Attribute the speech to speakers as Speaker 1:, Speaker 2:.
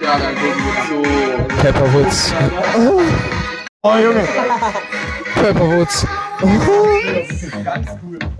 Speaker 1: Ja, dann gucken wir zu.
Speaker 2: Pepperwoods. Oh, oh Junge. Pepperwoods. Oh.
Speaker 1: Ganz cool.